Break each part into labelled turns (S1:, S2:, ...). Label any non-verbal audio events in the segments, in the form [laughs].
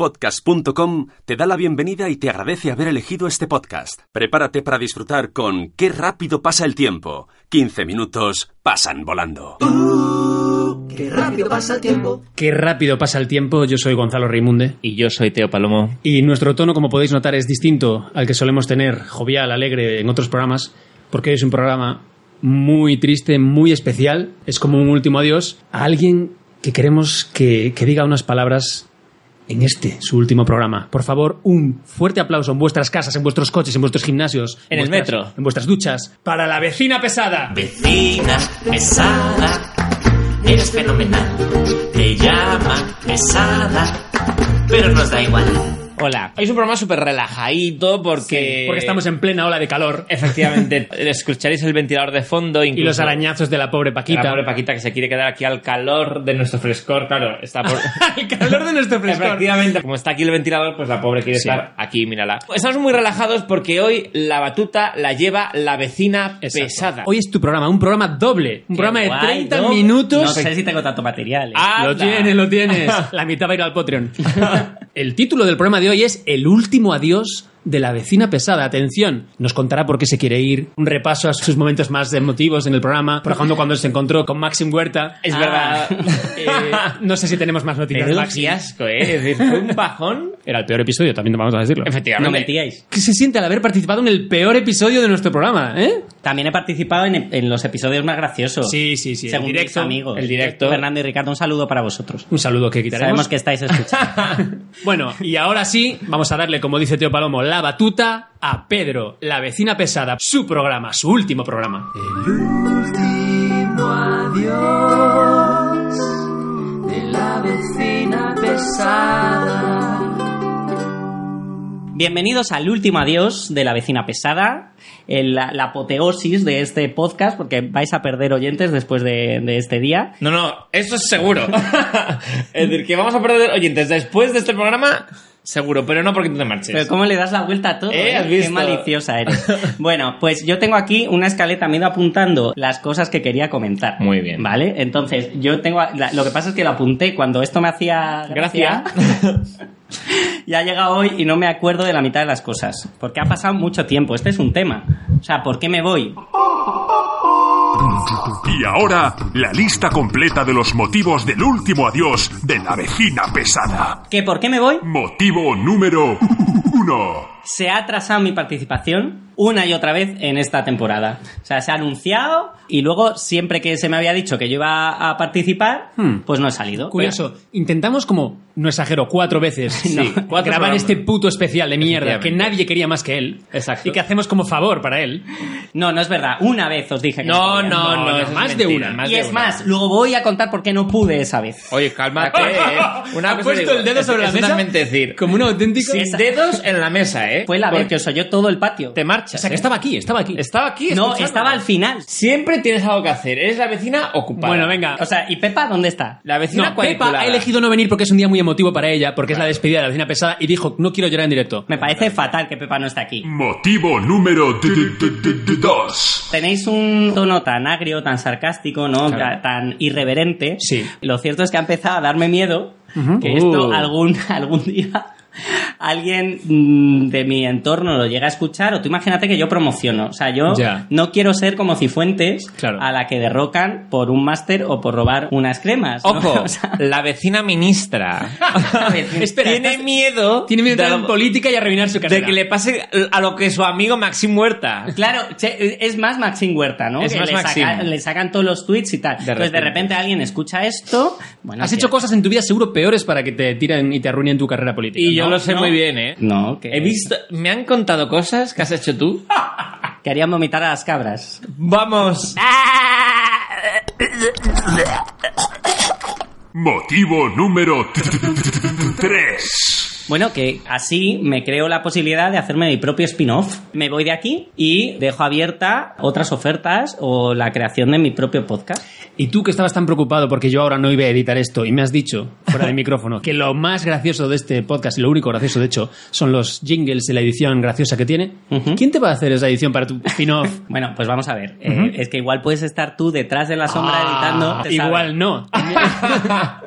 S1: Naciónpodcast.com te da la bienvenida y te agradece haber elegido este podcast. Prepárate para disfrutar con Qué rápido pasa el tiempo. 15 minutos pasan volando.
S2: Qué rápido pasa el tiempo.
S3: Qué rápido pasa el tiempo, yo soy Gonzalo Raimunde.
S4: Y yo soy Teo Palomo.
S3: Y nuestro tono, como podéis notar, es distinto al que solemos tener, jovial, alegre, en otros programas, porque hoy es un programa muy triste, muy especial. Es como un último adiós a alguien que queremos que, que diga unas palabras en este, su último programa. Por favor, un fuerte aplauso en vuestras casas, en vuestros coches, en vuestros gimnasios.
S4: En el
S3: vuestras-
S4: metro.
S3: En vuestras duchas. Para la vecina pesada.
S2: Vecina, pesada, eres fenomenal. Te llaman pesada, pero nos da igual.
S4: Hola. Hoy es un programa súper relajadito porque...
S3: Porque estamos en plena ola de calor.
S4: [laughs] Efectivamente, escucharéis el ventilador de fondo. Incluso
S3: Y los arañazos de la pobre Paquita.
S4: La pobre Paquita que se quiere quedar aquí al calor de nuestro frescor. Claro, está [laughs] por...
S3: el calor de nuestro frescor.
S4: Efectivamente, como está aquí el ventilador, pues la pobre quiere
S3: Sí.
S4: estar aquí, mírala. Estamos muy relajados porque hoy la batuta la lleva la vecina
S3: Exacto.
S4: pesada.
S3: Hoy es tu programa, un programa doble. Un
S4: Qué
S3: programa
S4: guay,
S3: de 30
S4: ¿no?
S3: minutos. [laughs] Ah,
S5: si tengo tanto material.
S4: ¡Anda!
S3: Lo tienes, lo tienes. [laughs] La mitad va a ir al
S4: [laughs]
S3: Patreon. El título del programa de hoy es El último adiós de la vecina pesada. Atención, nos contará por qué se quiere ir. Un repaso a sus momentos más emotivos en el programa. Por ejemplo, cuando se encontró con Maxim Huerta.
S4: Es
S3: Ah,
S4: verdad.
S3: eh, no sé si tenemos más noticias.
S4: Menudo
S3: Maxim.
S5: [laughs]
S4: fiasco, ¿eh? Es decir, fue [laughs] un bajón.
S3: Era el peor episodio, también vamos a decirlo.
S4: Efectivamente.
S3: ¿Qué se siente al haber participado en el peor episodio de nuestro programa, eh?
S5: También he participado en, en los episodios más graciosos.
S3: Sí, sí, sí, el
S5: Según
S3: directo,
S5: mis amigos.
S3: el directo.
S5: Fernando y Ricardo, un saludo para vosotros.
S3: Un saludo que quitaremos.
S5: Sabemos que estáis escuchando.
S3: [laughs] Bueno, y ahora sí, vamos a darle, como dice Teo Palomo, la batuta a Pedro, la vecina pesada, su programa, su último programa.
S5: Bienvenidos al último adiós de la vecina pesada, el- la, la apoteosis de este podcast, porque vais a perder oyentes después de, de este día.
S4: No, no, eso es seguro. [laughs] es decir, que vamos a perder oyentes después de este programa, seguro, pero no porque tú te marches.
S5: Pero cómo le das la vuelta a todo,
S4: ¿Eh?
S5: ¿eh?
S4: ¿Has
S5: qué
S4: visto?
S5: maliciosa
S4: [laughs]
S5: eres. bueno, pues yo tengo aquí una escaleta, me he ido apuntando las cosas que quería comentar.
S4: Muy bien.
S5: ¿Vale? Entonces, yo tengo... la- lo que pasa es que lo apunté cuando esto me hacía...
S4: Gracia.
S5: ya ha llegado hoy [laughs] y no me acuerdo de la mitad de las cosas. Porque ha pasado mucho tiempo, este es un tema. O sea, ¿por qué me voy?
S6: Y ahora, la lista completa de los motivos del último adiós de la vecina pesada.
S5: ¿Que por qué me voy?
S6: Motivo número 1.
S5: se ha atrasado mi participación una y otra vez en esta temporada. O sea, se ha anunciado y luego siempre que se me había dicho que yo iba a participar,
S3: Hmm.
S5: pues no he salido.
S3: Curioso, intentamos como, no exagero, cuatro
S4: [laughs]
S3: veces
S5: No,
S3: sí, grabar este puto especial de mierda que
S4: Efectivamente.
S3: nadie quería más que él
S4: Exacto.
S3: y que hacemos como favor para él.
S5: No, no es verdad. Una vez os dije que
S4: No,
S5: podía.
S4: no, no,
S3: no,
S4: eso es
S3: más de
S4: mentira,
S3: una.
S4: más
S5: Y
S4: de
S5: es
S4: una.
S5: más, luego voy a contar por qué no pude esa vez.
S3: [laughs]
S4: Oye, cálmate, ¿eh?
S3: Ha
S4: cosa
S3: puesto
S4: digo,
S3: el dedo
S4: es-
S3: sobre la
S4: es
S3: mesa
S4: totalmente decir.
S3: como un auténtico...
S4: Sin
S5: Esa-
S4: dedos en la mesa, ¿eh?
S5: Fue la vez
S4: Porque
S5: que os oyó todo el patio.
S4: te
S3: O
S4: marchas.
S3: sea, que
S4: ¿eh?
S3: estaba aquí, estaba aquí.
S4: Estaba aquí.
S5: No,
S4: escuchándonos.
S5: estaba al final.
S4: Siempre tienes algo que hacer. Eres la vecina ocupada.
S3: Bueno, venga.
S5: O sea, ¿y Pepa dónde está?
S4: La vecina
S3: No,
S4: cuadriculada.
S3: Pepa ha elegido no venir porque es un día muy emotivo para ella, porque es la despedida de la vecina pesada y dijo, no quiero llorar en directo.
S5: Me parece fatal que Pepa no esté aquí.
S6: Motivo número 2.
S5: Tenéis un tono tan agrio, tan sarcástico, ¿no? Ta- Tan irreverente.
S3: Sí.
S5: Lo cierto es que ha empezado a darme miedo que esto
S3: Uh.
S5: algún, [laughs] algún día alguien mm, de mi entorno lo llega a escuchar. O tú imagínate que yo promociono. O sea, yo
S3: Ya.
S5: no quiero ser como Cifuentes
S3: Claro.
S5: a la que derrocan por un máster o por robar unas cremas. ¿no?
S4: [laughs] Ojo,
S5: [laughs]
S3: [laughs]
S5: O sea,
S4: la vecina ministra. [laughs]
S5: [laughs]
S3: Espera,
S4: tiene
S3: estás-
S4: miedo.
S3: Tiene miedo de entrar
S4: de-
S3: en política y arruinar su carrera.
S4: de que le pase a lo que su amigo Maxim Huerta.
S5: Claro, che, es más Maxim Huerta, ¿no?
S4: Es
S5: Que
S4: más
S5: le, saca-
S4: Maxim.
S5: le sacan todos los tweets y tal. Entonces, de
S4: repente.
S5: repente alguien escucha esto. Bueno,
S3: Has
S5: que-
S3: hecho cosas en tu vida seguro peores para que te tiren y te arruinen tu carrera política.
S4: Y yo
S3: ¿no?
S4: lo sé muy bien, ¿eh?
S5: No, que...
S4: He visto, me han contado cosas que has hecho
S3: [laughs]
S4: tú.
S5: Querían vomitar a las cabras.
S4: Vamos.
S6: Motivo número 3.
S5: Bueno, que así me creo la posibilidad de hacerme mi propio spin-off. Me voy de aquí y dejo abierta otras ofertas o la creación de mi propio podcast.
S3: Y tú que estabas tan preocupado porque yo ahora no iba a editar esto y me has dicho, fuera del micrófono, que lo más gracioso de este podcast, y lo único gracioso de hecho, son los jingles y la edición graciosa que tiene.
S5: Ujú.
S3: ¿Quién te va a hacer esa edición para tu spin-off?
S5: Bueno, pues vamos a ver. Eh, es que igual puedes estar tú detrás de la sombra editando.
S3: Ah,
S5: te sabe.
S3: Igual no.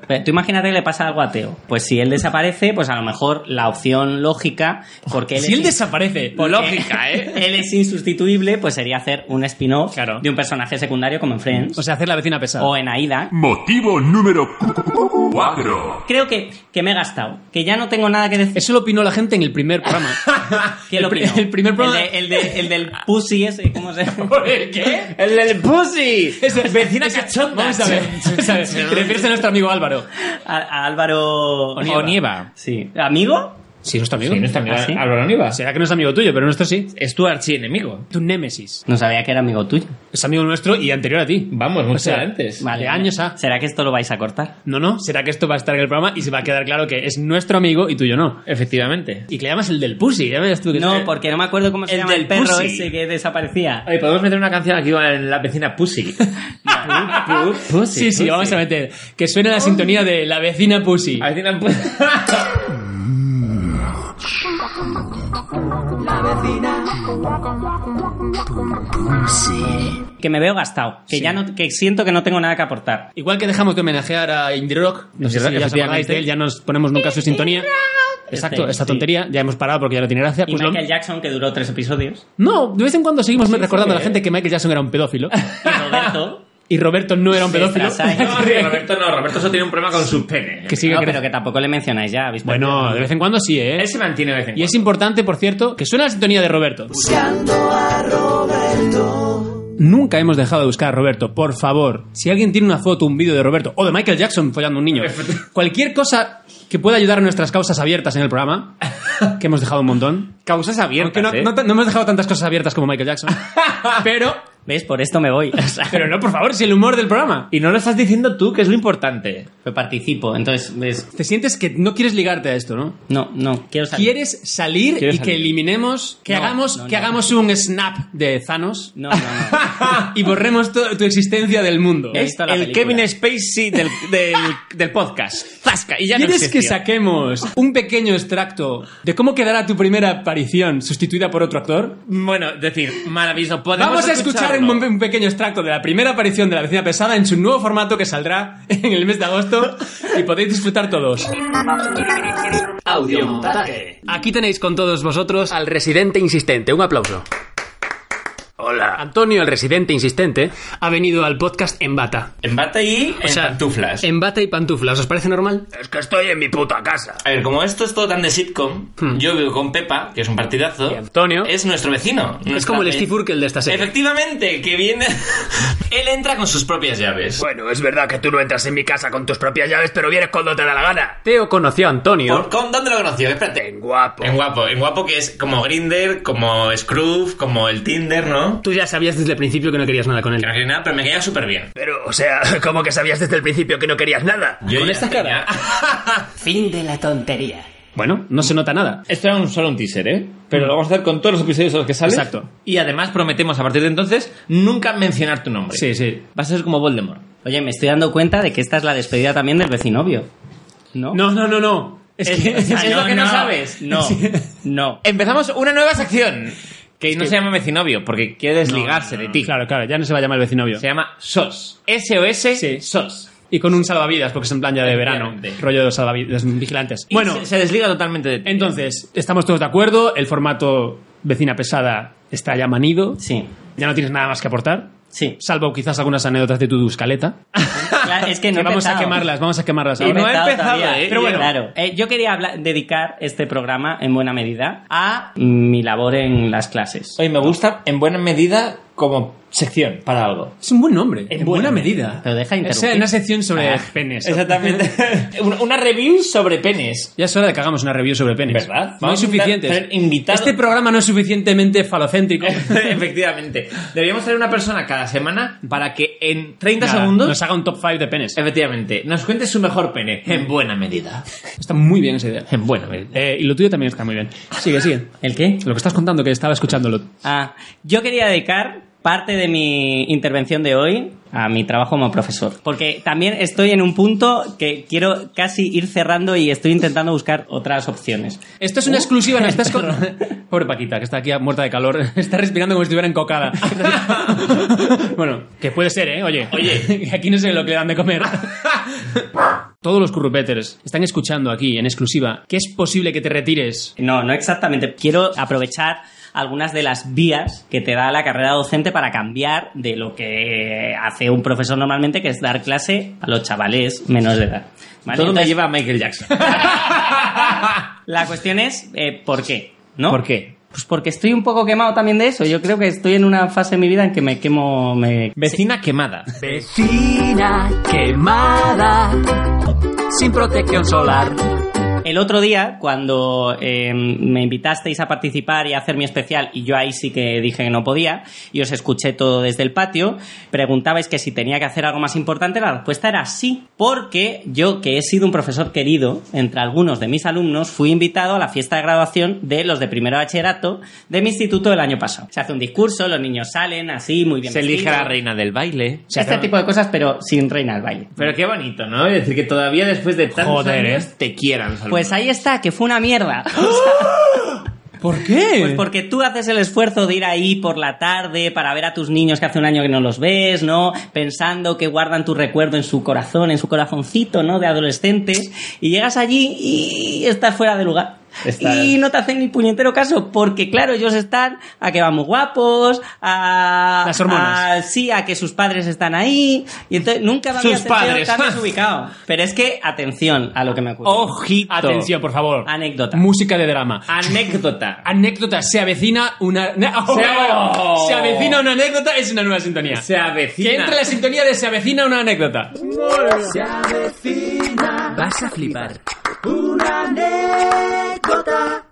S5: Pero tú imagínate que le pasa algo a Teo. Pues si él desaparece, pues a lo mejor la opción lógica, porque él
S3: Si
S5: es-
S3: él desaparece.
S5: porque
S4: lógica,
S5: [laughs]
S4: ¿eh?
S5: Él es insustituible, pues sería hacer un spin-off
S3: Claro.
S5: de un personaje secundario como en Friends
S3: O sea, hacer la vecina pesada.
S5: o en Aida.
S6: Motivo número 4.
S5: Creo que, que me he gastado, que ya no tengo nada que decir.
S3: Eso lo opinó la gente en el primer programa.
S5: ¿Qué lo
S3: el, pri-
S5: opino?
S3: el primer programa. [laughs]
S5: El, de- el de- el del pussy ese, ¿cómo se llama?
S3: ¿Qué?
S4: ¡El del
S3: [laughs]
S4: pussy! ¡Vecina cachonda!
S3: Vamos a ver. vamos a ver. Te refieres a nuestro amigo Álvaro.
S5: [laughs] A, a Álvaro
S4: Onieva. Onieva.
S5: Sí. ¿Amigo?
S3: Sí, nuestro amigo.
S4: Sí, no está amigo.
S5: ¿Ah, sí?
S4: Álvaro Aníbal.
S3: Será que no es amigo tuyo, pero nuestro sí.
S4: Es tu archienemigo.
S3: Tu némesis.
S5: No sabía que era amigo tuyo.
S3: Es amigo nuestro y anterior a ti.
S4: Vamos, mucho
S3: O sea,
S4: antes.
S3: De años ah. a-
S5: ¿Será que esto lo vais a cortar?
S3: No, no. Será que esto va a estar en el programa y se va a quedar claro que es nuestro amigo y tuyo no.
S4: Efectivamente.
S3: Y que le llamas el del pussy. Ya ves tú que
S5: No, porque no me acuerdo cómo se
S4: El
S5: llama
S4: del
S5: el perro
S4: pussy.
S5: ese que desaparecía.
S4: Oye, podemos meter una canción aquí en la
S3: [laughs]
S4: vecina pussy. Pu- pu- pussy.
S3: Sí, sí, vamos a meter. Que suena la sintonía de la vecina pussy.
S4: La vecina pussy.
S5: Que me veo gastado. Que ya no, que siento que no tengo nada que aportar.
S3: Igual que dejamos de homenajear a Indie Rock, no sé
S4: Indie Rock,
S3: si ya os acordáis
S4: efectivamente.
S3: de él, ya nos ponemos nunca su sintonía. Exacto,
S5: Este,
S3: esta
S5: sí.
S3: tontería, ya hemos parado porque ya no tiene gracia.
S5: Y
S3: pues lo-
S5: Michael Jackson, que duró tres episodios.
S3: No, de vez en cuando seguimos recordando a la
S4: eh.
S3: gente que Michael Jackson era un pedófilo.
S5: Y Roberto.
S3: y Roberto no era un pedófilo.
S5: Tras años.
S4: No, sí, Roberto no, Roberto solo tiene un problema con sus pene.
S3: [laughs] que sigue
S5: No,
S3: cre-
S5: pero que tampoco le mencionáis ya. ¿habéis
S3: Bueno, de vez en cuando sí, ¿eh?
S4: Él se mantiene de vez en
S3: Y es
S4: cuando.
S3: importante, por cierto, que suena la sintonía de Roberto. Nunca hemos dejado de buscar a Roberto, por favor. Si alguien tiene una foto, un vídeo de Roberto o de Michael Jackson follando a un
S4: [laughs]
S3: niño, cualquier cosa que pueda ayudar a nuestras causas abiertas en el programa, que hemos dejado un montón.
S4: Causas
S3: Aunque
S4: abiertas,
S3: no,
S4: ¿eh?
S3: no ta- no hemos dejado tantas cosas abiertas como Michael
S4: [laughs]
S3: Jackson. Pero,
S5: ¿Ves? Por esto me
S3: [laughs]
S5: voy. O sea,
S3: pero no, por favor, si el humor del programa.
S4: Y no lo estás diciendo tú, que es lo importante.
S5: pues participo. Entonces, ¿ves?
S3: Te sientes que no quieres ligarte a esto, ¿no?
S5: No, no, quiero salir.
S3: ¿Quieres salir
S4: Quieres
S3: y que
S4: salir.
S3: eliminemos, que
S5: No,
S3: hagamos,
S5: no,
S3: que
S5: no.
S3: hagamos un snap de Thanos
S5: No, no, no.
S3: [laughs] y borremos toda tu existencia del mundo?
S5: He visto la
S4: el
S5: película.
S4: Kevin Spacey del, del, del podcast. Zasca, y ya no
S3: ¿Quieres que
S4: existió.
S3: saquemos un pequeño extracto de cómo quedará tu primera aparición sustituida por otro actor?
S4: Bueno, decir, maravilloso. podemos
S3: Vamos a escuchar
S4: escucharlo.
S3: un, un pequeño extracto de la primera aparición de la vecina pesada en su nuevo formato que saldrá [laughs] en el mes de agosto y podéis disfrutar todos.
S2: Audio montaje.
S3: Aquí tenéis con todos vosotros al residente insistente. Un aplauso. Hola. Antonio, el residente insistente, ha venido al podcast en bata.
S2: En bata y en
S3: sea,
S2: pantuflas.
S3: En bata y pantuflas, ¿os parece normal?
S2: Es que estoy en mi puta casa. A ver, como esto es todo tan de sitcom, yo vivo con Pepa, que es un partidazo.
S3: Y Antonio.
S2: Es nuestro vecino.
S3: Es como el Steve Urkel de esta serie.
S2: Efectivamente, que viene. [laughs] Él entra con sus propias llaves.
S7: Bueno, es verdad que tú no entras en mi casa con tus propias llaves, pero vienes cuando te da la gana.
S3: Teo conoció a Antonio.
S2: ¿Por- con- ¿Dónde lo conoció? Espérate.
S7: En guapo.
S2: En guapo, en guapo que es como Grinder, como Scrooge, como el Tinder, ¿no?
S3: Tú ya sabías desde el principio que no querías nada con
S2: Que
S3: él.
S2: no quería nada, pero me caía súper bien.
S7: Pero, o sea, [laughs] como que sabías desde el principio que no querías nada.
S2: con esta cara.
S5: Fin de la tontería.
S3: Bueno, no se nota nada.
S4: Esto era un, solo un teaser, ¿eh? Pero lo vamos a hacer con todos los episodios a los que sales.
S3: Exacto.
S4: Y además prometemos a partir de entonces nunca mencionar tu nombre.
S3: Sí, sí.
S4: Vas a ser como Voldemort.
S5: Oye, me estoy dando cuenta de que esta es la despedida también del vecinobio. ¿No?
S3: No, no, no, no. Es
S5: Es,
S3: que...
S5: es lo que no,
S4: no.
S5: sabes. No,
S3: Sí.
S5: no.
S4: Empezamos una nueva sección que no se llama vecinovio porque quiere desligarse de ti.
S3: Claro, claro, ya no se va a llamar el vecinovio.
S4: Se llama SOS. SOS
S3: Sí.
S4: SOS.
S3: Y con un salvavidas, porque es en plan ya de verano.
S4: Efectivamente.
S3: Rollo de salvavidas vigilantes.
S4: Y
S3: Bueno,
S4: se, se desliga totalmente de ti.
S3: entonces, estamos todos de acuerdo. El formato vecina pesada está ya manido.
S5: Sí,
S3: Ya no tienes nada más que aportar.
S5: sí.
S3: Salvo quizás algunas anécdotas de tu duscaleta.
S5: Claro, es
S3: [laughs]
S5: que no he
S3: vamos a
S5: empezado.
S3: quemarlas, vamos a quemarlas
S4: Y
S3: ahora.
S4: no he empezado,
S5: todavía.
S4: ¿eh?
S5: Pero bueno,
S4: Claro.
S5: claro. Eh, yo quería hablar- dedicar este programa en buena medida a mi labor en las clases.
S4: Oye, me gusta en buena medida como sección para algo.
S3: Es un buen nombre. En,
S5: buena
S3: buena, medida.
S5: Pero deja de
S3: Es eh,
S5: interrumpir.
S3: una sección sobre
S5: Ah,
S3: penes.
S4: Exactamente. [laughs] una, una review sobre penes.
S3: Ya es hora de que hagamos una review sobre penes.
S4: ¿Verdad?
S3: No es
S4: Vamos a
S3: suficiente.
S4: invitar- traer invitados.
S3: Este programa no es suficientemente [laughs] falocéntrico.
S4: [laughs] Efectivamente. Deberíamos traer una persona cada semana para que en 30
S3: Nada,
S4: segundos...
S3: Nos haga un top 5 de penes.
S4: Efectivamente, nos cuente su mejor pene. En buena medida.
S3: Está muy bien esa idea.
S4: En buena medida.
S3: Eh, y lo tuyo también está muy bien. Sigue, sigue.
S5: ¿El qué?
S3: Lo que estás contando que estaba escuchándolo.
S5: Ah, yo quería dedicar parte de mi intervención de hoy a mi trabajo como profesor. Porque también estoy en un punto que quiero casi ir cerrando y estoy intentando buscar otras opciones.
S3: Esto es una exclusiva, no [laughs] estás con... Pobre Paquita, que está aquí muerta de calor. [laughs] Está respirando como si estuviera [laughs] encocada. bueno, que puede ser, ¿eh? Oye,
S4: Oye.
S3: [laughs] aquí no sé lo que le dan de comer. todos los currupeters están escuchando aquí en exclusiva que es posible que te retires.
S5: No, no exactamente. Quiero aprovechar algunas de las vías que te da la carrera docente para cambiar de lo que hace un profesor normalmente, que es dar clase a los chavales menos de edad. ¿Vale?
S4: Todo me
S5: Entonces,
S4: lleva a Michael Jackson.
S5: [laughs] la cuestión es, eh, ¿por qué? ¿No?
S4: ¿Por qué?
S5: Pues porque estoy un poco quemado también de eso. Yo creo que estoy en una fase de mi vida en que me quemo... Me...
S4: Vecina quemada.
S8: Vecina quemada, sin protección solar.
S5: El otro día, cuando eh, me invitasteis a participar y a hacer mi especial, y yo ahí sí que dije que no podía, y os escuché todo desde el patio, preguntabais que si tenía que hacer algo más importante, la respuesta era sí, porque yo, que he sido un profesor querido entre algunos de mis alumnos, fui invitado a la fiesta de graduación de los de primero de bachillerato de mi instituto del año pasado. Se hace un discurso, los niños salen así, muy bien
S4: Se elige a
S5: vestidos.
S4: la reina del baile.
S5: Este tipo de cosas, pero sin reina al baile.
S4: Pero qué bonito, ¿no? Es decir, que todavía después de tantos
S3: Joder,
S4: años te quieran. Salvador.
S5: ¿eh? Pues ahí está, que fue una mierda.
S3: ¿Por qué?
S5: Pues porque tú haces el esfuerzo de ir ahí por la tarde para ver a tus niños que hace un año que no los ves, ¿no? Pensando que guardan tu recuerdo en su corazón, en su corazoncito, ¿no? De adolescentes. Y llegas allí y estás fuera de lugar.
S4: Estás-
S5: Y no te hacen ni puñetero caso, porque claro, ellos están a que vamos guapos, a.
S3: Las hormonas.
S5: a- sí, a que sus padres están ahí. Y entonces nunca me había
S4: Sus
S5: sentido
S4: padres.
S5: tan
S4: [laughs]
S5: desubicado. Pero es que, atención a lo que me ocurre.
S4: Ojito.
S3: Atención, por favor.
S5: Anécdota.
S3: Música de drama.
S4: Anécdota.
S3: Anécdota, se avecina una... [laughs] Oh,
S4: Se-
S3: Se avecina una anécdota, es una nueva sintonía.
S4: Se avecina.
S3: Que entre la sintonía de se avecina una anécdota.
S8: Vas a flipar.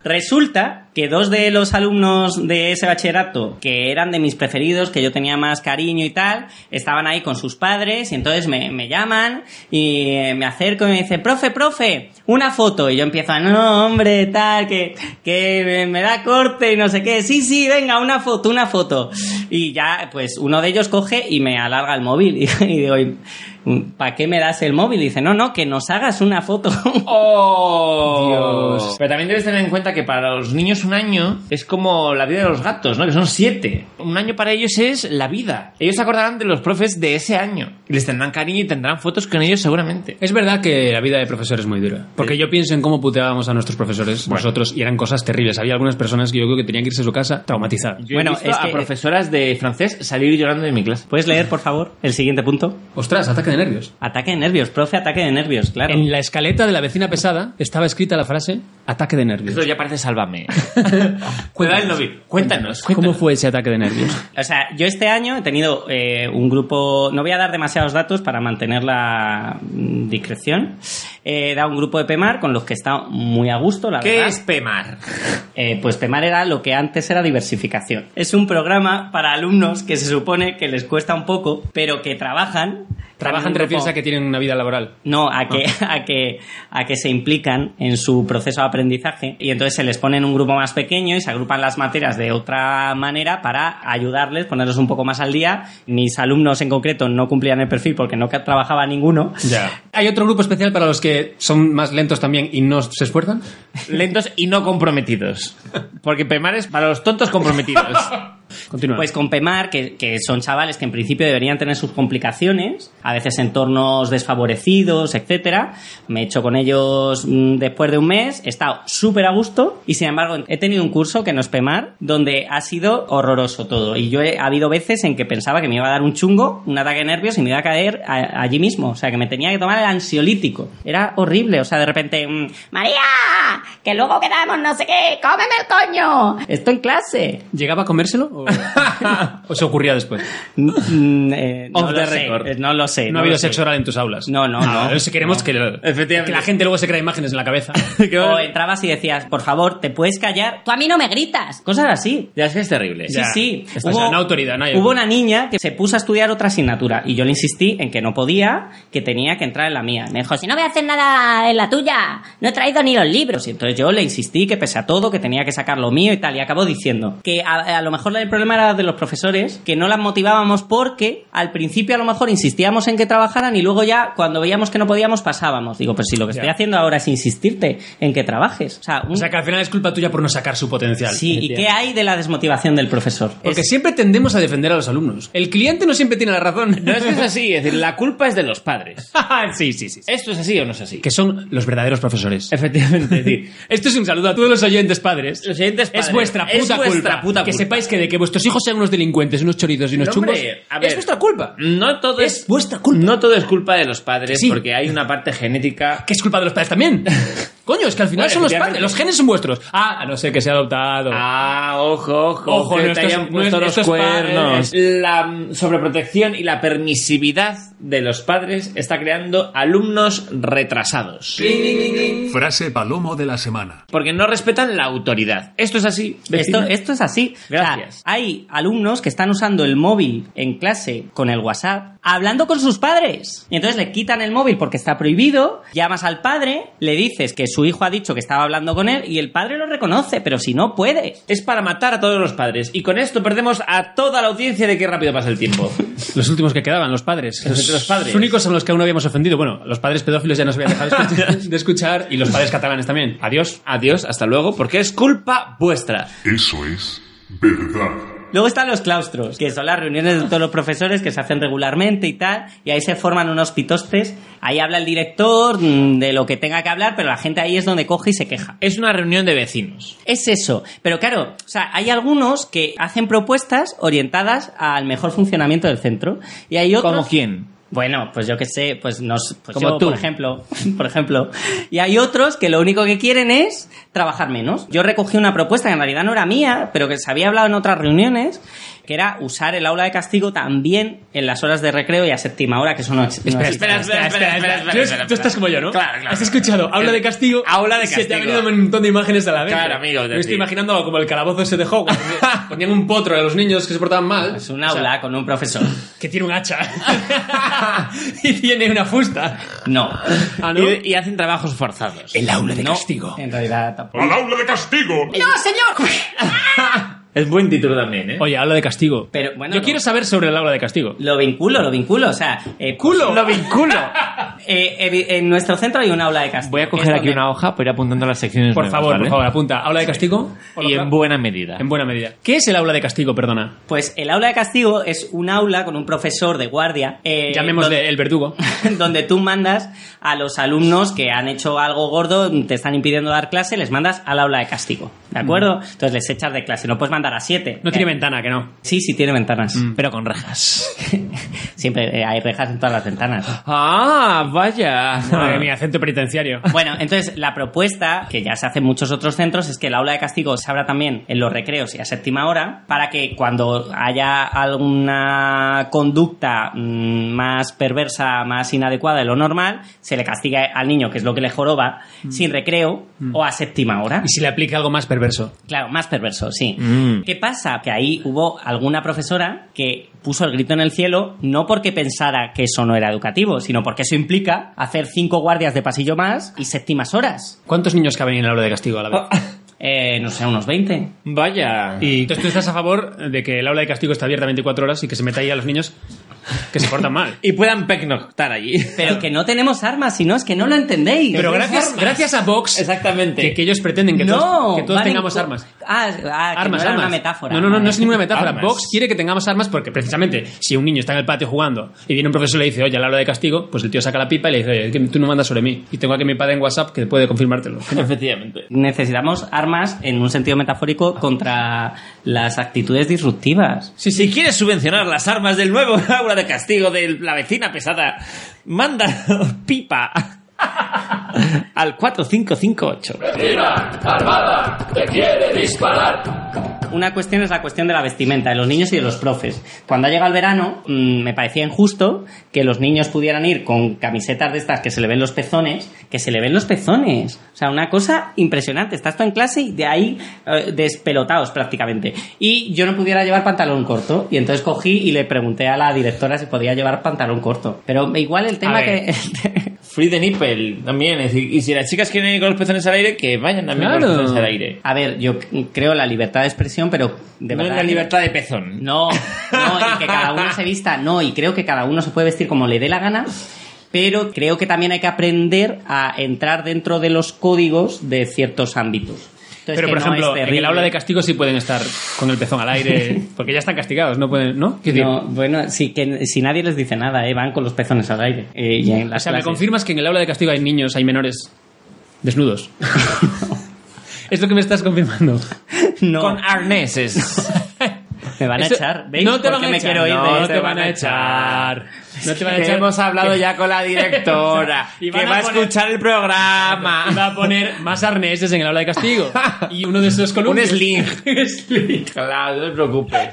S5: Resulta que dos de los alumnos de ese bachillerato, que eran de mis preferidos, que yo tenía más cariño y tal, estaban ahí con sus padres y entonces me, me llaman y eh, me acerco y me dicen, profe, profe, una foto. Y yo empiezo a, no, hombre, tal, que, que me- me da corte y no sé qué. Sí, sí, venga, una foto, una foto. Y ya, pues uno de ellos coge y me alarga el móvil [laughs] y, digo, ¿para qué me das el móvil? Y dice, no, no, que nos hagas una foto. [laughs]
S4: ¡Oh! Pero también debes tener en cuenta que para los niños un año es como la vida de los gatos, ¿no? Que son siete. Un año para ellos es la vida. Ellos se acordarán de los profes de ese año. Les tendrán cariño y tendrán fotos con ellos seguramente.
S3: Es verdad que la vida de profesor es muy dura. Porque yo pienso en cómo puteábamos a nuestros profesores nosotros y eran cosas terribles. Había algunas personas que yo creo que tenían que irse a su casa traumatizadas.
S4: Yo
S5: Bueno,
S4: he visto
S5: es
S4: a
S5: que- eh,
S4: profesoras de francés salir llorando de mi clase.
S5: ¿Puedes leer, por favor, el siguiente punto?
S3: Ostras, ataque de nervios.
S5: Ataque de nervios, profe, ataque de nervios, claro.
S3: En la escaleta de la vecina pesada estaba escrita la frase ataque de nervios.
S4: Esto ya parece [laughs] sálvame. Cuéntanos, cuéntanos, cuéntanos.
S3: ¿Cómo fue ese ataque de nervios?
S5: O sea, yo este año he tenido eh, un grupo, no voy a dar demasiados datos para mantener la mm, discreción, he dado un grupo de PEMAR con los que he estado muy a gusto, la
S4: ¿Qué
S5: verdad.
S4: es PEMAR?
S5: Eh, pues PEMAR era lo que antes era diversificación. Es un programa para alumnos que se supone que les cuesta un poco, pero que trabajan.
S3: Trabajan, te
S5: Tienen un
S3: refieres
S5: grupo-
S3: a que tienen una vida laboral.
S5: No, a que, a, que, a que se implican en su proceso de aprendizaje y entonces se les pone en un grupo más pequeño y se agrupan las materias de otra manera para ayudarles, ponerlos un poco más al día. Mis alumnos en concreto no cumplían el perfil porque no ca- trabajaba ninguno.
S3: Hay otro grupo especial para los que son más lentos también y no se esfuerzan.
S4: Lentos y no comprometidos. Porque PEMAR es para los tontos comprometidos.
S3: Continúa.
S5: Pues con PEMAR, que, que son chavales que en principio deberían tener sus complicaciones, a veces entornos desfavorecidos, etcétera. Me he hecho con ellos mm, después de un mes, he estado súper a gusto y sin embargo he tenido un curso que no es PEMAR, donde ha sido horroroso todo. Y yo he ha habido veces en que pensaba que me iba a dar un chungo, un ataque de nervios y me iba a caer a- allí mismo. O sea, que me tenía que tomar el ansiolítico. Era horrible. O sea, de repente, mm, María, que luego quedamos no sé qué, cómeme el coño. Estoy en clase.
S3: ¿Llegaba a comérselo
S5: [laughs]
S3: o, o se ocurría después?
S5: Mm, eh,
S3: [laughs]
S5: no,
S3: Off
S5: lo
S3: the
S5: sé,
S3: record.
S5: eh, no lo sé.
S3: No,
S5: no
S3: ha habido
S5: lo sé.
S3: sexo oral en tus aulas.
S5: No, no,
S3: Ah,
S5: no.
S3: eso queremos que,
S4: Efectivamente.
S3: que la gente luego se crea imágenes en la
S5: [laughs]
S3: cabeza. [laughs]
S5: O entrabas y decías, por favor, ¿te puedes callar? Tú a mí no me gritas. Cosas así.
S4: Ya es que es terrible.
S5: Sí,
S3: Ya.
S5: sí.
S3: Está, o sea, no autoridad, no hay-
S5: hubo una niña que se puso a estudiar otra asignatura y yo le insistí en que no podía, que tenía que entrar en la mía. Me dijo, si no voy a hacer nada en la tuya, no he traído ni los libros. Y entonces yo le insistí que pese a todo, que tenía que sacar lo mío y tal. Y acabó diciendo que a, a lo mejor el problema era de los los profesores que no las motivábamos porque al principio a lo mejor insistíamos en que trabajaran y luego ya cuando veíamos que no podíamos pasábamos. Digo, pues si lo que estoy
S3: Ya.
S5: haciendo ahora es insistirte en que trabajes. O sea, un-
S3: O sea, que al final es culpa tuya por no sacar su potencial.
S5: sí, ¿y qué hay de la desmotivación del profesor?
S3: Porque siempre tendemos a defender a los alumnos. El cliente no siempre tiene la razón.
S4: No es que es así, es decir, la culpa es de los padres.
S3: [laughs] sí, sí, sí. sí.
S4: ¿Esto es así o no es así?
S3: Que son los verdaderos profesores.
S4: Efectivamente, es decir,
S3: Esto es un saludo a todos los oyentes padres.
S4: Los oyentes
S3: Es
S4: padres.
S3: vuestra puta
S4: Es vuestra
S3: culpa.
S4: puta
S3: que
S4: culpa.
S3: sepáis que de que vuestros hijos sean unos delincuentes, unos chorizos y unos
S4: Hombre,
S3: chungos,
S4: a ver.
S3: es vuestra culpa.
S4: no todo
S3: Es
S4: es,
S3: vuestra culpa.
S4: No todo es culpa de los padres,
S3: Sí.
S4: porque hay una parte genética.
S3: Que es culpa de los padres
S4: [laughs]
S3: también. Coño, es que al final
S4: Bueno,
S3: son los
S4: efectivamente.
S3: padres, los genes son vuestros. Ah, a no ser que sea adoptado.
S4: Ah, ojo, ojo,
S3: Ojo,
S4: que
S3: no
S4: te
S3: estás-
S4: hayan
S3: no
S4: puesto
S3: es-
S4: los
S3: estos
S4: cuernos.
S3: padres.
S4: La mm, sobreprotección y la permisividad de los padres está creando alumnos retrasados.
S6: Frase palomo de la semana.
S4: Porque no respetan la autoridad. Esto es así.
S5: Esto,
S4: vecino.
S5: esto es así. O sea,
S4: Gracias.
S5: hay alumnos que están usando el móvil en clase con el WhatsApp, hablando con sus padres. Y entonces le quitan el móvil porque está prohibido, llamas al padre, le dices que su hijo ha dicho que estaba hablando con él y el padre lo reconoce, pero si no puede.
S4: es para matar a todos los padres. Y con esto perdemos a toda la audiencia de qué rápido pasa el tiempo.
S3: Los últimos que quedaban, los padres.
S4: Los otros padres.
S3: únicos son los que aún no habíamos ofendido. Bueno, los padres pedófilos ya nos habían dejado de
S4: [laughs]
S3: escuchar- de escuchar [laughs] y los padres catalanes también. Adiós.
S4: Adiós, hasta luego, porque es culpa vuestra.
S6: Eso es verdad.
S5: Luego están los claustros, que son las reuniones de todos los profesores que se hacen regularmente y tal, y ahí se forman unos pitostes, ahí habla el director mm, de lo que tenga que hablar, pero la gente ahí es donde coge y se queja.
S4: Es una reunión de vecinos.
S5: Es eso. Pero claro, o sea, hay algunos que hacen propuestas orientadas al mejor funcionamiento del centro. Y hay otros.
S4: ¿Como quién?
S5: Bueno, pues yo qué sé, pues nos. Pues
S4: Como
S5: yo,
S4: tú.
S5: por ejemplo. [laughs] Por ejemplo. Y hay otros que lo único que quieren es trabajar menos. Yo recogí una propuesta que en realidad no era mía, pero que se había hablado en otras reuniones, que era usar el aula de castigo también en las horas de recreo y a séptima hora, que eso no, ex- no existe.
S4: espera, espera, espera,
S3: Tú, tú estás como yo, ¿no?
S4: Claro, claro.
S3: Has escuchado habla de castigo.
S4: Habla de
S3: Se te ha
S4: castigo.
S3: venido un montón de imágenes a la vez.
S4: Claro, amigo, es
S3: Me estoy
S4: decir-
S3: imaginando como el calabozo ese de Hogwarts.
S4: [laughs]
S3: Ponían un potro a los niños que se portaban mal.
S5: Es un
S3: O sea,
S5: aula con un profesor.
S3: que tiene un
S4: [laughs]
S3: hacha. [laughs] y tiene una fusta.
S5: No.
S3: Ah, ¿no?
S4: Y, y hacen trabajos
S3: [laughs]
S4: forzados.
S3: El aula de
S5: No,
S3: castigo.
S5: En realidad tampoco.
S6: ¡Al aula de castigo!
S4: Es buen título también, ¿eh?
S3: Oye, habla de castigo.
S5: Pero, bueno,
S3: Yo
S5: no.
S3: quiero saber sobre el aula de castigo.
S5: Lo vinculo, lo vinculo, o sea... eh,
S4: ¡Lo vinculo!
S5: Eh, evi- en nuestro centro hay una aula de castigo.
S4: Voy a coger aquí una hoja para ir apuntando las secciones
S3: Por
S4: nuevas,
S3: favor,
S4: ¿vale?
S3: por favor, apunta. Habla de castigo.
S4: Y en buena medida.
S3: En buena medida. ¿Qué es el aula de castigo, perdona?
S5: Pues el aula de castigo es un aula con un profesor de guardia. eh,
S3: Llamémosle el verdugo.
S5: Donde, [laughs] donde tú mandas a los alumnos que han hecho algo gordo, te están impidiendo dar clase, les mandas al aula de castigo. ¿De
S4: Mm.
S5: acuerdo? Entonces les echas de clase. No puedes mandar a siete.
S3: No tiene
S5: Eh,
S3: ventana, que no.
S5: Sí, sí tiene ventanas.
S4: Pero con rejas.
S5: [laughs] Siempre eh, hay rejas en todas las ventanas.
S4: [laughs] ¡Ah, vaya!
S3: Madre mía, centro penitenciario.
S5: Bueno, entonces la propuesta, que ya se hace en muchos otros centros, es que el aula de castigo se abra también en los recreos y a séptima hora para que cuando haya alguna conducta mm, más perversa, más inadecuada de lo normal, se le castigue al niño, que es lo que le joroba, sin recreo o a séptima hora.
S3: Mm. Y si le aplica algo más perverso.
S5: Claro, más perverso, sí.
S4: Mm.
S5: ¿Qué pasa? Que ahí hubo alguna profesora que puso el grito en el cielo, no porque pensara que eso no era educativo, sino porque eso implica hacer cinco guardias de pasillo más y séptimas horas.
S3: ¿Cuántos niños caben en el aula de castigo a la vez?
S5: Eh, no sé, unos 20.
S4: [laughs] Vaya.
S3: Y entonces tú estás a favor de que el aula de castigo está abierta 24 horas y que se meta ahí a los niños que se portan
S5: [laughs]
S3: mal.
S4: Y puedan pecnoctar allí.
S5: Pero que no tenemos armas, si no es que no lo entendéis.
S3: Pero gracias, gracias a Vox,
S4: Exactamente.
S3: que, que ellos pretenden que
S5: no,
S3: todos, que todos
S5: van en
S3: tengamos
S5: co-
S3: armas.
S5: Ah, es- ah, que
S3: Armas,
S5: no era
S3: armas.
S5: una metáfora.
S3: No, no, no,
S5: Vale.
S3: no es ninguna metáfora.
S4: Armas.
S3: Vox quiere que tengamos armas porque precisamente si un niño está en el patio jugando y viene un profesor y le dice, oye, a la hora de castigo, pues el tío saca la pipa y le dice, oye, que tú no mandas sobre mí. Y tengo aquí a mi padre en WhatsApp que puede confirmártelo.
S4: [laughs] Efectivamente.
S5: Necesitamos armas en un sentido metafórico contra las actitudes disruptivas.
S4: Si, si quieres subvencionar las armas del nuevo [laughs] aula de castigo de la vecina pesada, manda [laughs] pipa [laughs] al 4558.
S5: Una cuestión es la cuestión de la vestimenta de los niños y de los profes. Cuando ha llegado el verano, mm, me parecía injusto que los niños pudieran ir con camisetas de estas que se le ven los pezones, que se le ven los pezones. O sea, una cosa impresionante. Estás tú en clase y de ahí eh, despelotados prácticamente. Y yo no pudiera llevar pantalón corto. Y entonces cogí y le pregunté a la directora si podía llevar pantalón corto. Pero igual el tema
S4: A ver.
S5: que... [laughs]
S4: Free the nipple también. es decir, Y si las chicas quieren ir con los pezones al aire, que vayan también con
S3: Claro.
S4: los pezones al aire.
S5: A ver, yo creo la libertad libertad de expresión, pero de
S4: no
S5: verdad.
S4: es la
S5: que-
S4: libertad de ¿eh? pezón.
S5: No, no, y que cada uno se vista, no, y creo que cada uno se puede vestir como le dé la gana, pero creo que también hay que aprender a entrar dentro de los códigos de ciertos ámbitos. Entonces,
S3: Pero,
S5: que
S3: por
S5: no
S3: ejemplo,
S5: es
S3: en el
S5: terrible.
S3: aula de castigo sí pueden estar con el pezón al
S5: [laughs]
S3: aire, porque ya están castigados, no pueden, ¿no? Quiero decir,
S5: No, bueno, sí, que si nadie les dice nada, eh, van con los pezones al aire. eh, y en
S3: o
S5: las
S3: sea, me
S5: clases.
S3: confirmas que en el aula de castigo hay niños, hay menores
S5: [laughs]
S3: desnudos. es lo que me estás confirmando.
S5: No,
S4: Con arneses. [laughs]
S5: me van a
S3: Eso-
S5: echar. ¿Veis?
S3: No te
S5: ¿Por
S3: van
S5: qué
S3: a
S5: me
S3: echar.
S5: quiero ir de
S3: No
S5: este?
S3: te van a echar. No te van a
S4: Que
S3: echar.
S4: hemos hablado ya
S3: [laughs]
S4: con la directora,
S3: Y
S4: que
S3: van a
S4: va a
S3: poner-
S4: escuchar
S3: [laughs]
S4: el programa.
S3: Va a
S4: [laughs]
S3: poner más arneses en el aula de castigo. Y uno de esos columnas.
S4: Un
S3: [laughs]
S4: sling. Claro, no te preocupes.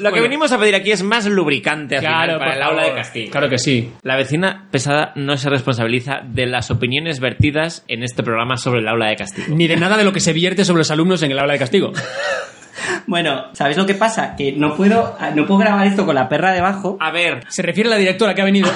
S4: Lo que venimos a pedir aquí es más lubricante al final
S3: Claro,
S4: para
S3: por
S4: el aula de
S3: favor.
S4: castigo.
S3: Claro que sí.
S4: La vecina pesada no se responsabiliza de las opiniones vertidas en este programa sobre el aula de castigo.
S3: Ni de nada de lo que se vierte sobre los alumnos en el aula de castigo.
S5: Bueno, ¿sabéis lo que pasa? Que no puedo, ah, no puedo grabar esto con la perra
S3: Ah.
S5: debajo.
S4: A ver,
S3: Se refiere a la directora que ha
S4: [laughs]
S3: venido.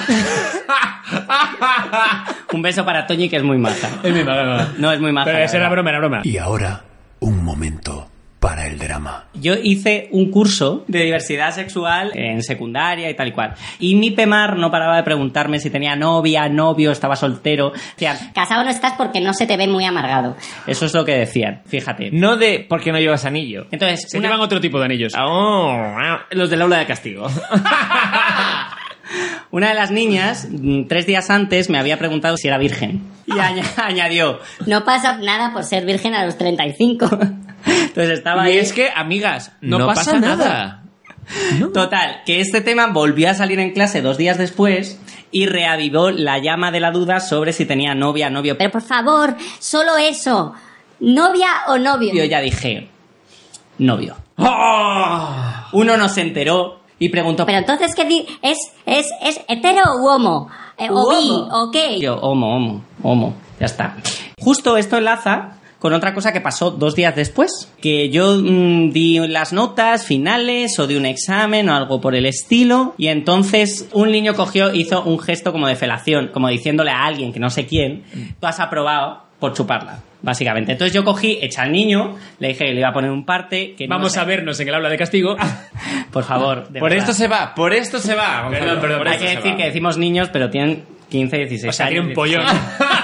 S5: Un beso para Toñi, que es muy maja.
S3: Es mi madre, no.
S5: No, es muy maja.
S3: Pero
S5: la
S3: esa era
S5: verdad.
S3: broma, era broma.
S9: Y ahora, un momento para el drama.
S5: Yo hice un curso de diversidad sexual en secundaria y tal y cual. Y mi PEMAR no paraba de preguntarme si tenía novia, novio, estaba soltero. Decían,
S10: Casado no estás porque no se te ve muy amargado.
S5: eso es lo que decían, fíjate.
S4: no de por qué no llevas
S3: [laughs]
S4: anillo.
S5: Entonces,
S3: Se
S5: una-
S3: llevan otro tipo de anillos.
S4: Oh, ah, los del aula
S3: [laughs]
S4: de castigo.
S5: Una de las niñas, mm, tres días antes, me había preguntado si era virgen. Y añ- [laughs] añadió.
S10: No pasa nada por ser virgen a los 35.
S5: Entonces estaba
S4: y
S5: ahí.
S4: es que, amigas, no,
S3: No
S4: pasa,
S3: pasa
S4: nada.
S5: Total, que este tema volvió a salir en clase dos días después y reavivó la llama de la duda sobre si tenía novia, novio.
S10: Pero por favor, solo eso. ¿Novia o novio?
S5: Yo ya dije, novio. Uno nos enteró y preguntó,
S10: Pero entonces, ¿qué di- ¿Es, es, es hetero u homo? Eh, ¿O
S5: Homo.
S10: bi? ¿O qué?
S5: Yo, homo, homo, homo. Ya está. Justo esto enlaza con otra cosa que pasó dos días después. Que yo mm, di las notas finales o di un examen o algo por el estilo. Y entonces un niño cogió, hizo un gesto como de felación, como diciéndole a alguien que no sé quién, tú has aprobado por chuparla. Básicamente. Entonces yo cogí, eché al niño, le dije que le iba a poner un parte. Que no
S3: Vamos
S5: sé-
S3: a vernos en el aula de castigo.
S4: Ah.
S5: Por favor. de
S4: Por
S5: verdad.
S4: esto se va, por esto se va. Gonzalo,
S3: Perdón, perdón,
S4: por
S5: Hay
S4: esto
S5: que
S4: se
S5: decir
S4: va.
S5: que decimos niños, pero tienen 15, 16
S3: O sea,
S5: años.
S3: tiene un pollón.
S5: [laughs]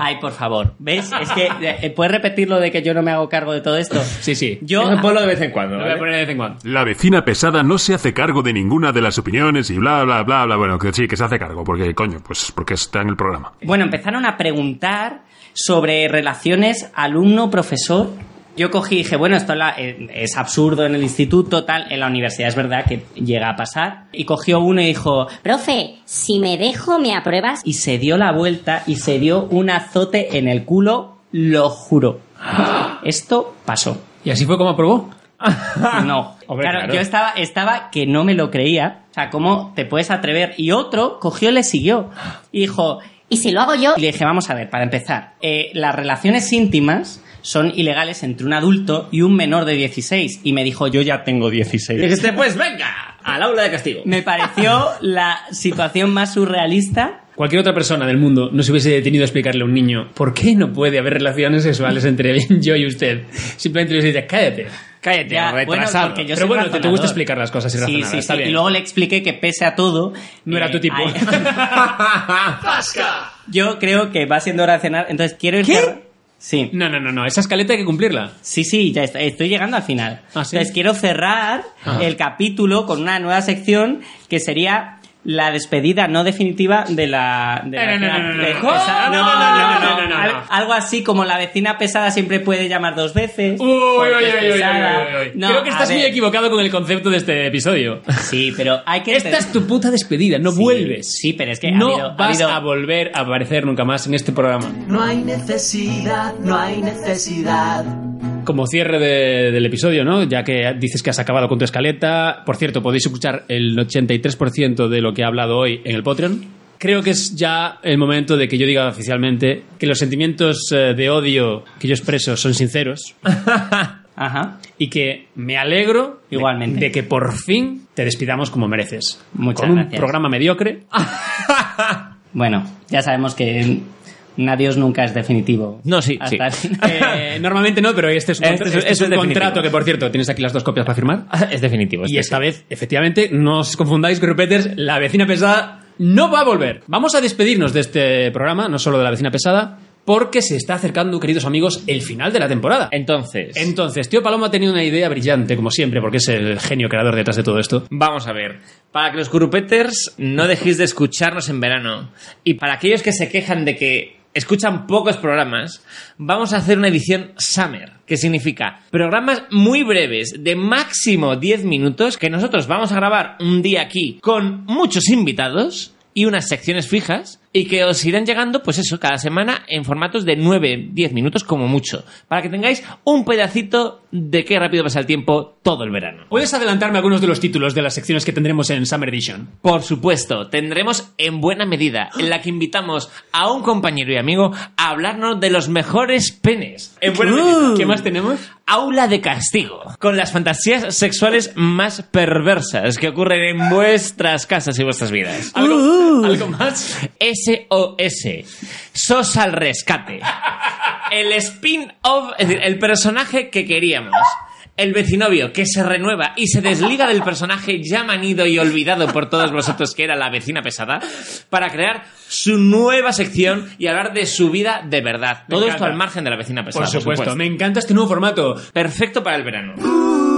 S5: Ay, por favor. ¿Ves? Es que, eh, ¿puedes repetir lo de que yo no me hago cargo de todo esto?
S3: Sí, sí.
S5: Yo...
S4: Eso ponlo de vez en cuando.
S3: Lo voy a
S4: ¿vale?
S3: poner de vez en cuando.
S6: La vecina pesada no se hace cargo de ninguna de las opiniones y bla, bla, bla, bla. Bueno, que sí, que se hace cargo, porque coño, pues porque está en el programa.
S5: Bueno, empezaron a preguntar sobre relaciones alumno-profesor. Yo cogí y dije, bueno, esto es la- eh, es absurdo en el instituto, tal, en la universidad es verdad que llega a pasar. Y cogió uno y dijo,
S10: Profe, si me dejo, ¿me apruebas?
S5: y se dio la vuelta y se dio un azote en el culo, lo juro. Esto pasó.
S3: Y así fue como aprobó.
S5: No.
S4: Hombre,
S5: claro,
S4: claro.
S5: yo estaba, estaba que no me lo creía. O sea, ¿cómo te puedes atrever? Y otro cogió y le siguió. Y dijo,
S10: ¿Y si lo hago yo?
S5: y le dije, vamos a ver, para empezar, eh, las relaciones íntimas son ilegales entre un adulto y un menor de 16. Y me dijo, yo ya tengo 16.
S4: Y dijiste, pues venga, al aula de castigo.
S5: Me pareció la situación más surrealista.
S3: Cualquier otra persona del mundo no se hubiese detenido a explicarle a un niño por qué no puede haber relaciones sexuales entre yo y usted. Simplemente le hubiese dicho, cállate.
S4: Cállate,
S5: Ya, bueno,
S4: retrasado.
S5: porque yo
S3: Pero
S5: soy
S3: bueno, que te
S5: razonador.
S3: gusta explicar las cosas y
S5: Sí,
S3: razonar,
S5: sí,
S3: está
S5: sí.
S3: bien.
S5: Y luego le expliqué que pese a todo... eh,
S3: No
S4: Eh,
S3: era tu tipo.
S5: [laughs] Yo creo que va siendo hora de cenar, entonces quiero ir... cerra- Sí.
S3: [laughs] No, no, no, no. Esa escaleta hay que cumplirla.
S5: Sí, sí, ya est- estoy llegando al final.
S3: Ah, ¿sí? Ah.
S5: Entonces quiero cerrar el capítulo con una nueva sección que sería la despedida no definitiva de la... de la-
S3: No, no, no, no, no,
S5: de-
S3: no.
S5: pesa-
S3: ¿Cómo?
S5: no, no, no, no,
S3: No, no, no,
S5: Al-
S3: no.
S5: Algo así como la vecina pesada siempre puede llamar dos veces. [laughs]
S3: Uy, uy,
S5: porque
S3: uy,
S5: es
S3: uy, uy,
S5: pesada.
S3: uy, uy.
S5: No,
S3: Creo que
S5: a
S3: estás muy
S5: ver,
S3: equivocado con el concepto de este episodio.
S5: Sí, pero [laughs] hay que...
S3: Esta es tu puta despedida, no
S5: Sí,
S3: vuelves.
S5: sí, pero es que ha
S3: no
S5: habido- ha
S3: vas
S5: habido-
S3: a volver a aparecer nunca más en este programa.
S8: No hay necesidad, no hay necesidad.
S3: Como cierre de- del episodio, ¿no? Ya que dices que has acabado con tu escaleta. Por cierto, podéis escuchar el 83% de lo que he hablado hoy en el Patreon. Creo que es ya el momento de que yo diga oficialmente que los sentimientos eh, de odio que yo expreso son sinceros
S5: Ajá.
S3: y que me alegro de-
S5: Igualmente.
S3: de, que por fin te despidamos como mereces.
S5: Muchas
S3: con un
S5: gracias.
S3: programa mediocre.
S5: Bueno, ya sabemos que un adiós nunca es definitivo.
S4: No, sí,
S5: Hasta
S4: sí.
S5: el final.
S3: [laughs]
S4: [laughs]
S3: Eh, normalmente no, pero este es un,
S4: Este
S3: contra-
S4: es-
S3: este es
S4: este es
S3: un
S4: definitivo.
S3: contrato que, por cierto, tienes aquí las dos copias para firmar. Pues
S4: Es definitivo.
S3: Y
S4: este
S3: esta vez, efectivamente, no os confundáis, grupeters, la vecina pesada no va a volver. Vamos a despedirnos de este programa, no solo de la vecina pesada, porque se está acercando, queridos amigos, el final de la temporada.
S4: Entonces,
S3: Entonces, Tío Paloma ha tenido una idea brillante, como siempre, porque es el genio creador detrás de todo esto.
S4: vamos a ver. Para que los grupeters no dejéis de escucharnos en verano y para aquellos que se quejan de que escuchan pocos programas, vamos a hacer una edición Summer, que significa programas muy breves, de máximo 10 minutos, que nosotros vamos a grabar un día aquí con muchos invitados y unas secciones fijas y que os irán llegando, pues eso, cada semana en formatos de 9, 10 minutos como mucho, para que tengáis un pedacito de qué rápido pasa el tiempo todo el verano.
S3: ¿Puedes adelantarme algunos de los títulos de las secciones que tendremos en Summer Edition?
S4: Por supuesto, tendremos en buena medida en la que invitamos a un compañero y amigo a hablarnos de los mejores penes. En buena medida.
S3: ¿Qué más tenemos?
S4: Aula de castigo, con las fantasías sexuales más perversas que ocurren en vuestras casas y vuestras vidas. Uh.
S3: ¿Algo, algo más?
S4: SOS, SOS al rescate. El spin-off, es decir, el personaje que queríamos. El vecinovio que se renueva y se desliga del personaje ya manido y olvidado por todos vosotros que era la vecina pesada para crear su nueva sección y hablar de su vida de verdad.
S3: Me
S4: Todo
S3: encanta.
S4: esto al margen de la vecina pesada.
S3: Por supuesto, me encanta este nuevo formato.
S4: Perfecto para el verano.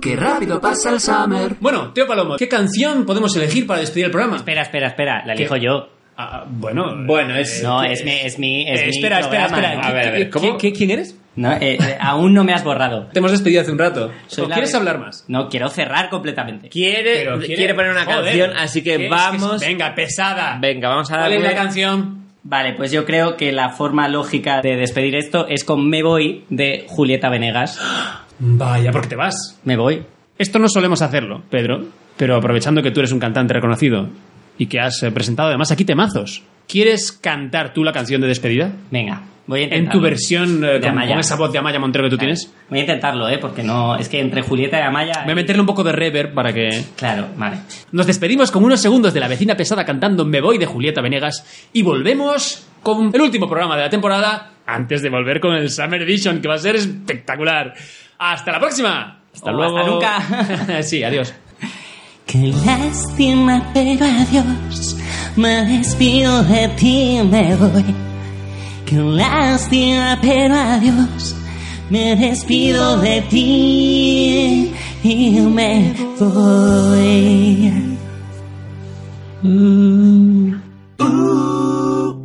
S8: Qué rápido pasa el summer.
S3: Bueno, Tío Palomo, ¿qué canción podemos elegir para despedir el programa?
S5: [laughs] Espera, espera, espera, la elijo
S3: ¿Qué?
S5: yo.
S3: Ah, bueno,
S4: Bueno, es-
S5: No, es mi, es mi, es
S3: Eh,
S5: mi
S3: espera, espera,
S5: programa.
S3: espera.
S4: A ver, a ver,
S3: ¿Qui-
S4: ¿cómo?
S3: qui- qui- ¿Quién eres?
S5: No, eh, eh, aún no me has borrado.
S3: Te hemos despedido hace un rato.
S5: Soy
S3: ¿O
S5: la
S3: ¿Quieres
S5: vez-
S3: hablar más?
S5: No, quiero cerrar completamente.
S4: Quiere,
S3: Pero
S4: quiere, poner una
S3: Joder,
S4: canción, así
S3: ¿qué
S4: que
S3: es
S4: vamos.
S3: Venga, pesada.
S4: Venga, vamos a
S3: ¿Cuál
S4: darle.
S3: es la canción?
S5: Vale, pues yo creo que la forma lógica de despedir esto es con Me Voy de Julieta Venegas.
S3: Vaya, porque te vas.
S5: Me Voy.
S3: Esto no solemos hacerlo, Pedro, pero aprovechando que tú eres un cantante reconocido y que has eh, presentado además aquí temazos, ¿quieres cantar tú la canción de despedida?
S5: Venga, voy a
S3: En
S5: intentarlo.
S3: tu versión eh,
S5: De
S3: con,
S5: Amaya.
S3: con esa voz de Amaya Montero que tú tienes.
S5: Voy a intentarlo, ¿eh? Porque no... Es que entre Julieta y Amaya...
S3: Voy a meterle un poco de reverb para que...
S5: Claro, vale.
S3: Nos despedimos con unos segundos de la vecina pesada cantando Me voy de Julieta Venegas y volvemos con el último programa de la temporada antes de volver con el Summer Edition que va a ser espectacular. Hasta la próxima. Hasta
S5: O
S3: luego.
S5: hasta
S3: nunca. [laughs] sí, adiós.
S10: Qué lástima, pero adiós. Me despido de ti, me voy. Qué lástima, pero adiós. Me despido de ti y me voy.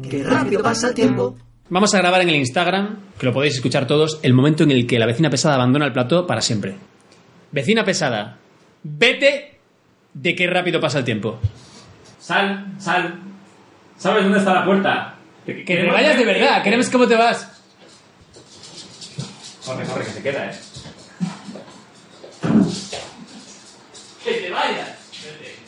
S8: Qué rápido pasa el tiempo.
S3: Vamos a grabar en el Instagram, que lo podéis escuchar todos, el momento en el que la vecina pesada abandona el plató para siempre. Vecina pesada, vete de qué rápido pasa el tiempo.
S4: Sal, sal. ¿Sabes dónde está la puerta?
S3: Que te vayas de verdad, queremos cómo te vas.
S4: Corre, corre, que se queda, eh. ¡Que te vayas! Vete.